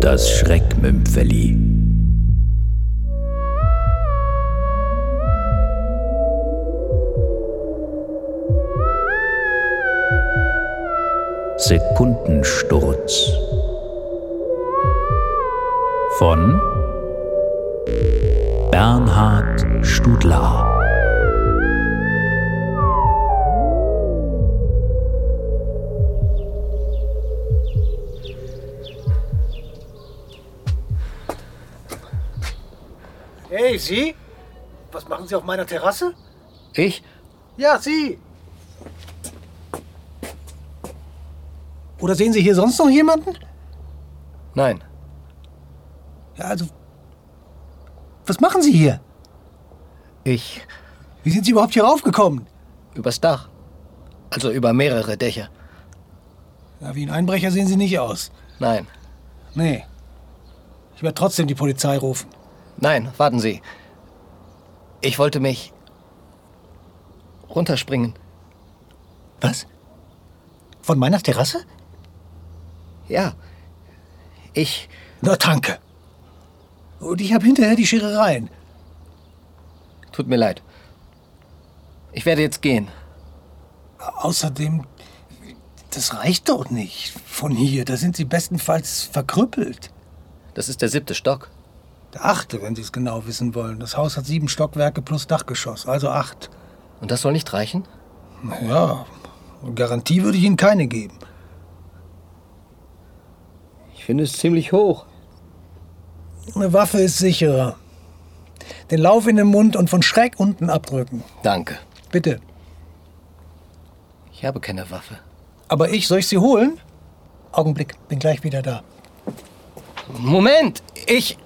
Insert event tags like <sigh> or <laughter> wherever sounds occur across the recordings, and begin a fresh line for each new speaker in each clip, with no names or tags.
Das Schreckmümpfeli. Sekundensturz von Bernhard Studlar.
Hey, Sie? Was machen Sie auf meiner Terrasse?
Ich?
Ja, Sie! Oder sehen Sie hier sonst noch jemanden?
Nein.
Ja, also. Was machen Sie hier?
Ich
Wie sind Sie überhaupt hier raufgekommen?
übers Dach. Also über mehrere Dächer.
Ja, wie ein Einbrecher sehen Sie nicht aus.
Nein.
Nee. Ich werde trotzdem die Polizei rufen.
Nein, warten Sie. Ich wollte mich runterspringen.
Was? Von meiner Terrasse?
Ja. Ich.
Na, danke. Und ich habe hinterher die Scherereien.
Tut mir leid. Ich werde jetzt gehen.
Außerdem, das reicht doch nicht von hier. Da sind Sie bestenfalls verkrüppelt.
Das ist der siebte Stock.
Der achte, wenn Sie es genau wissen wollen. Das Haus hat sieben Stockwerke plus Dachgeschoss, also acht.
Und das soll nicht reichen?
Naja, Garantie würde ich Ihnen keine geben.
Ich finde es ziemlich hoch.
Eine Waffe ist sicherer. Den Lauf in den Mund und von schräg unten abdrücken.
Danke.
Bitte.
Ich habe keine Waffe.
Aber ich, soll ich sie holen? Augenblick, bin gleich wieder da.
Moment! Ich.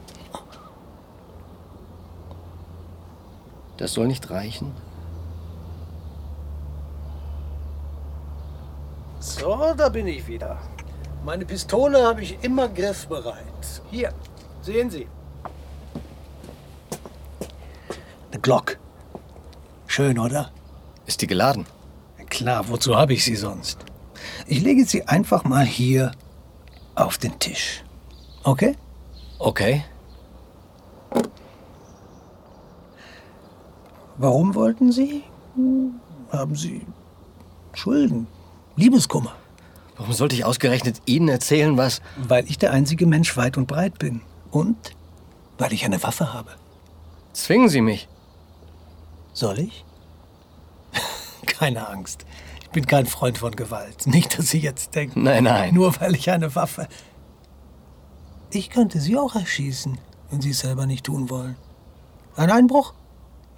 Das soll nicht reichen.
So, da bin ich wieder. Meine Pistole habe ich immer griffbereit. Hier, sehen Sie. Eine Glock. Schön, oder?
Ist die geladen?
Klar, wozu habe ich sie sonst? Ich lege sie einfach mal hier auf den Tisch. Okay?
Okay.
Warum wollten Sie? Hm, Haben Sie Schulden? Liebeskummer?
Warum sollte ich ausgerechnet Ihnen erzählen, was...
Weil ich der einzige Mensch weit und breit bin. Und weil ich eine Waffe habe.
Zwingen Sie mich.
Soll ich? <laughs> Keine Angst. Ich bin kein Freund von Gewalt. Nicht, dass Sie jetzt denken.
Nein, nein.
Nur weil ich eine Waffe. Ich könnte Sie auch erschießen, wenn Sie es selber nicht tun wollen. Ein Einbruch?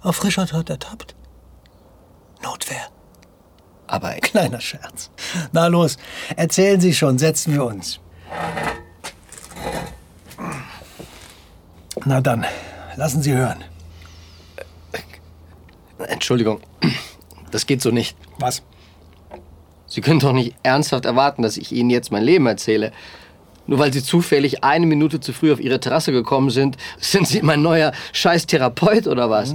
Auf frischer Tat ertappt? Notwehr. <laughs>
Aber ich-
Kleiner Scherz. Na los, erzählen Sie schon, setzen wir uns. Na dann, lassen Sie hören.
Entschuldigung, das geht so nicht.
Was?
Sie können doch nicht ernsthaft erwarten, dass ich Ihnen jetzt mein Leben erzähle. Nur weil Sie zufällig eine Minute zu früh auf Ihre Terrasse gekommen sind, sind Sie mein neuer Scheiß-Therapeut oder was?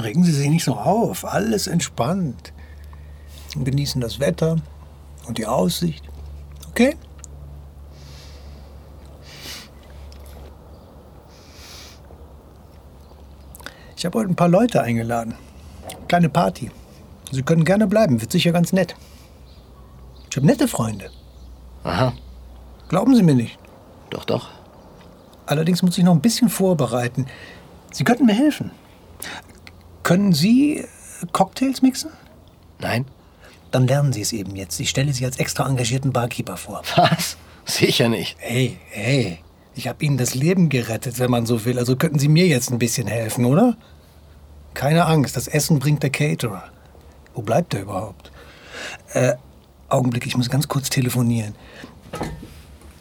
Regen Sie sich nicht so auf, alles entspannt. Und genießen das Wetter und die Aussicht. Okay? Ich habe heute ein paar Leute eingeladen. Kleine Party. Sie können gerne bleiben, wird sicher ganz nett. Ich habe nette Freunde.
Aha,
Glauben Sie mir nicht.
doch, doch.
Allerdings muss ich noch ein bisschen vorbereiten. Sie könnten mir helfen. Können Sie Cocktails mixen?
Nein?
Dann lernen Sie es eben jetzt. Ich stelle Sie als extra engagierten Barkeeper vor.
Was? Sicher nicht.
Hey, hey, ich habe Ihnen das Leben gerettet, wenn man so will. Also könnten Sie mir jetzt ein bisschen helfen, oder? Keine Angst, das Essen bringt der Caterer. Wo bleibt der überhaupt? Äh, Augenblick, ich muss ganz kurz telefonieren.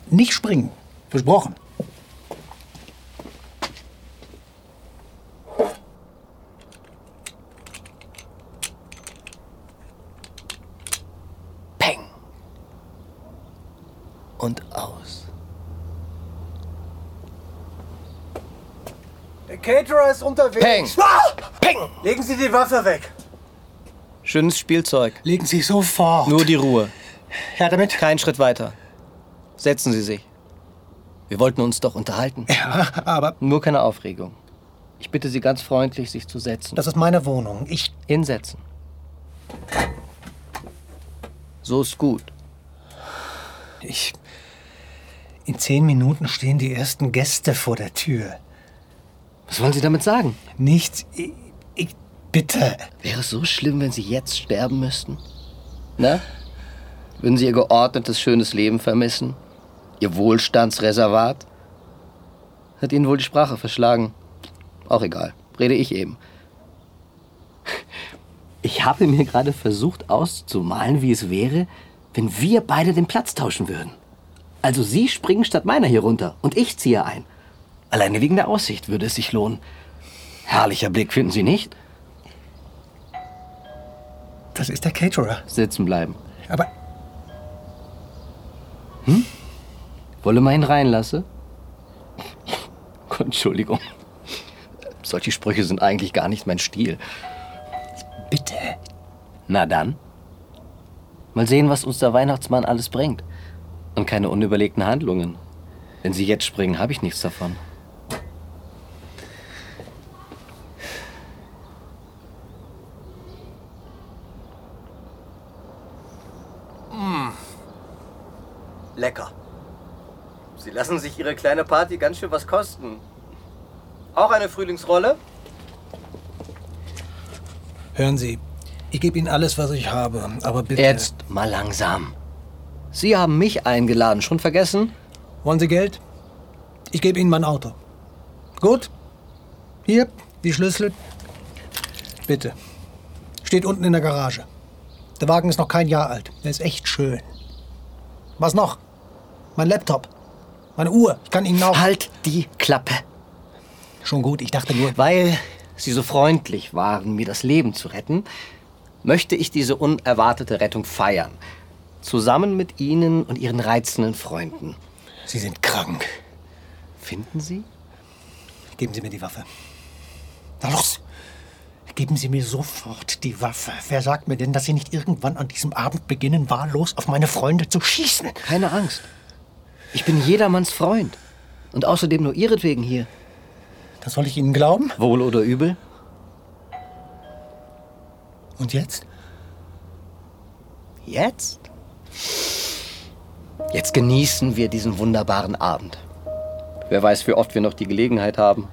Nicht springen. Versprochen.
Peng. Und aus.
Der Caterer ist unterwegs. Ah!
Peng!
Legen Sie die Waffe weg.
Schönes Spielzeug.
Legen Sie sofort.
Nur die Ruhe.
Her damit.
Kein Schritt weiter. Setzen Sie sich. Wir wollten uns doch unterhalten.
Ja, aber
Nur keine Aufregung. Ich bitte Sie ganz freundlich, sich zu setzen.
das ist meine Wohnung. Ich.
Hinsetzen. So ist gut.
Ich. In zehn Minuten stehen die ersten Gäste vor der Tür.
Was wollen Sie damit sagen?
Nichts. Ich, ich bitte.
Wäre es so schlimm, wenn Sie jetzt sterben müssten? Na? Würden Sie Ihr geordnetes, schönes Leben vermissen? Ihr Wohlstandsreservat? Hat Ihnen wohl die Sprache verschlagen. Auch egal, rede ich eben. <laughs> Ich habe mir gerade versucht auszumalen, wie es wäre, wenn wir beide den Platz tauschen würden. Also Sie springen statt meiner hier runter und ich ziehe ein. Alleine wegen der Aussicht würde es sich lohnen. Herrlicher Blick, finden Sie nicht?
Das ist der Caterer.
Sitzen bleiben.
Aber
Wolle mal ihn reinlasse? Entschuldigung. Solche Sprüche sind eigentlich gar nicht mein Stil.
bitte.
Na dann. Mal sehen, was uns der Weihnachtsmann alles bringt. Und keine unüberlegten Handlungen. Wenn Sie jetzt springen, habe ich nichts davon.
Mmh. Lecker. Sie lassen sich Ihre kleine Party ganz schön was kosten. Auch eine Frühlingsrolle?
Hören Sie, ich gebe Ihnen alles, was ich habe. Aber bitte.
Jetzt mal langsam. Sie haben mich eingeladen, schon vergessen?
Wollen Sie Geld? Ich gebe Ihnen mein Auto. Gut? Hier, die Schlüssel. Bitte. Steht unten in der Garage. Der Wagen ist noch kein Jahr alt. Der ist echt schön. Was noch? Mein Laptop. Meine Uhr. Ich kann Ihnen auch.
Halt die Klappe.
Schon gut, ich dachte nur.
Weil Sie so freundlich waren, mir das Leben zu retten, möchte ich diese unerwartete Rettung feiern. Zusammen mit Ihnen und Ihren reizenden Freunden.
Sie sind krank.
Finden Sie?
Geben Sie mir die Waffe. Na los! Geben Sie mir sofort die Waffe. Wer sagt mir denn, dass Sie nicht irgendwann an diesem Abend beginnen, wahllos auf meine Freunde zu schießen?
Keine Angst. Ich bin jedermanns Freund. Und außerdem nur Ihretwegen hier.
Das soll ich Ihnen glauben?
Wohl oder übel?
Und jetzt?
Jetzt? Jetzt genießen wir diesen wunderbaren Abend. Wer weiß, wie oft wir noch die Gelegenheit haben.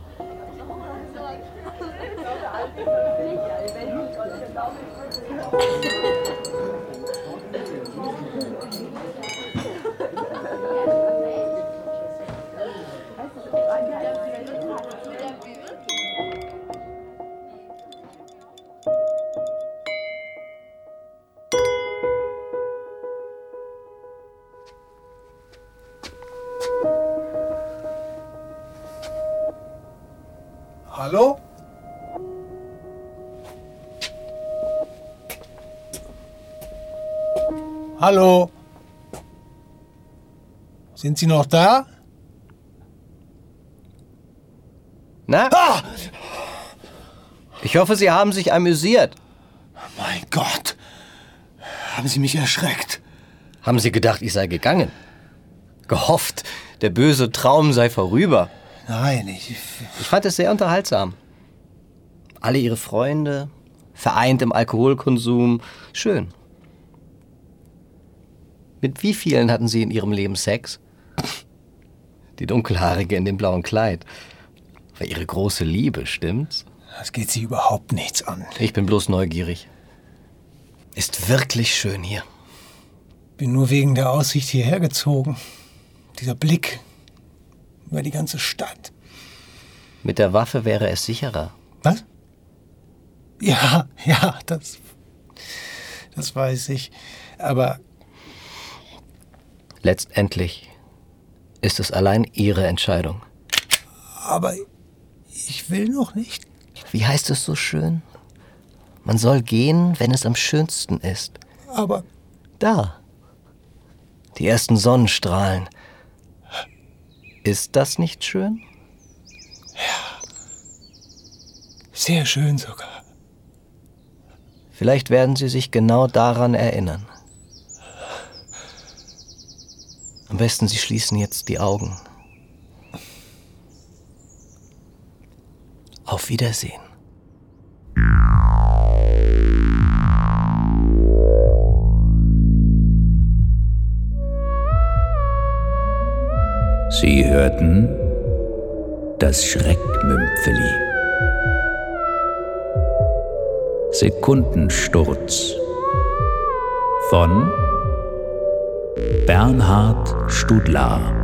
Hallo? Hallo? Sind Sie noch da?
Na? Ich hoffe, Sie haben sich amüsiert.
Mein Gott. Haben Sie mich erschreckt?
Haben Sie gedacht, ich sei gegangen? Gehofft, der böse Traum sei vorüber.
Nein, ich.
Ich fand es sehr unterhaltsam. Alle Ihre Freunde, vereint im Alkoholkonsum, schön. Mit wie vielen hatten Sie in Ihrem Leben Sex? Die Dunkelhaarige in dem blauen Kleid. War Ihre große Liebe, stimmt's?
Das geht Sie überhaupt nichts an.
Ich bin bloß neugierig. Ist wirklich schön hier.
Bin nur wegen der Aussicht hierher gezogen. Dieser Blick über die ganze Stadt.
Mit der Waffe wäre es sicherer.
Was? Ja, <laughs> ja, das. Das weiß ich. Aber
Letztendlich ist es allein Ihre Entscheidung.
Aber ich will noch nicht.
Wie heißt es so schön? Man soll gehen, wenn es am schönsten ist.
Aber
Da. Die ersten Sonnenstrahlen. Ist das nicht schön?
sehr schön sogar.
Vielleicht werden Sie sich genau daran erinnern. Am besten, Sie schließen jetzt die Augen Auf Wiedersehen.
Sie hörten das Schreckmümpfeli. Sekundensturz von Bernhard Studlar.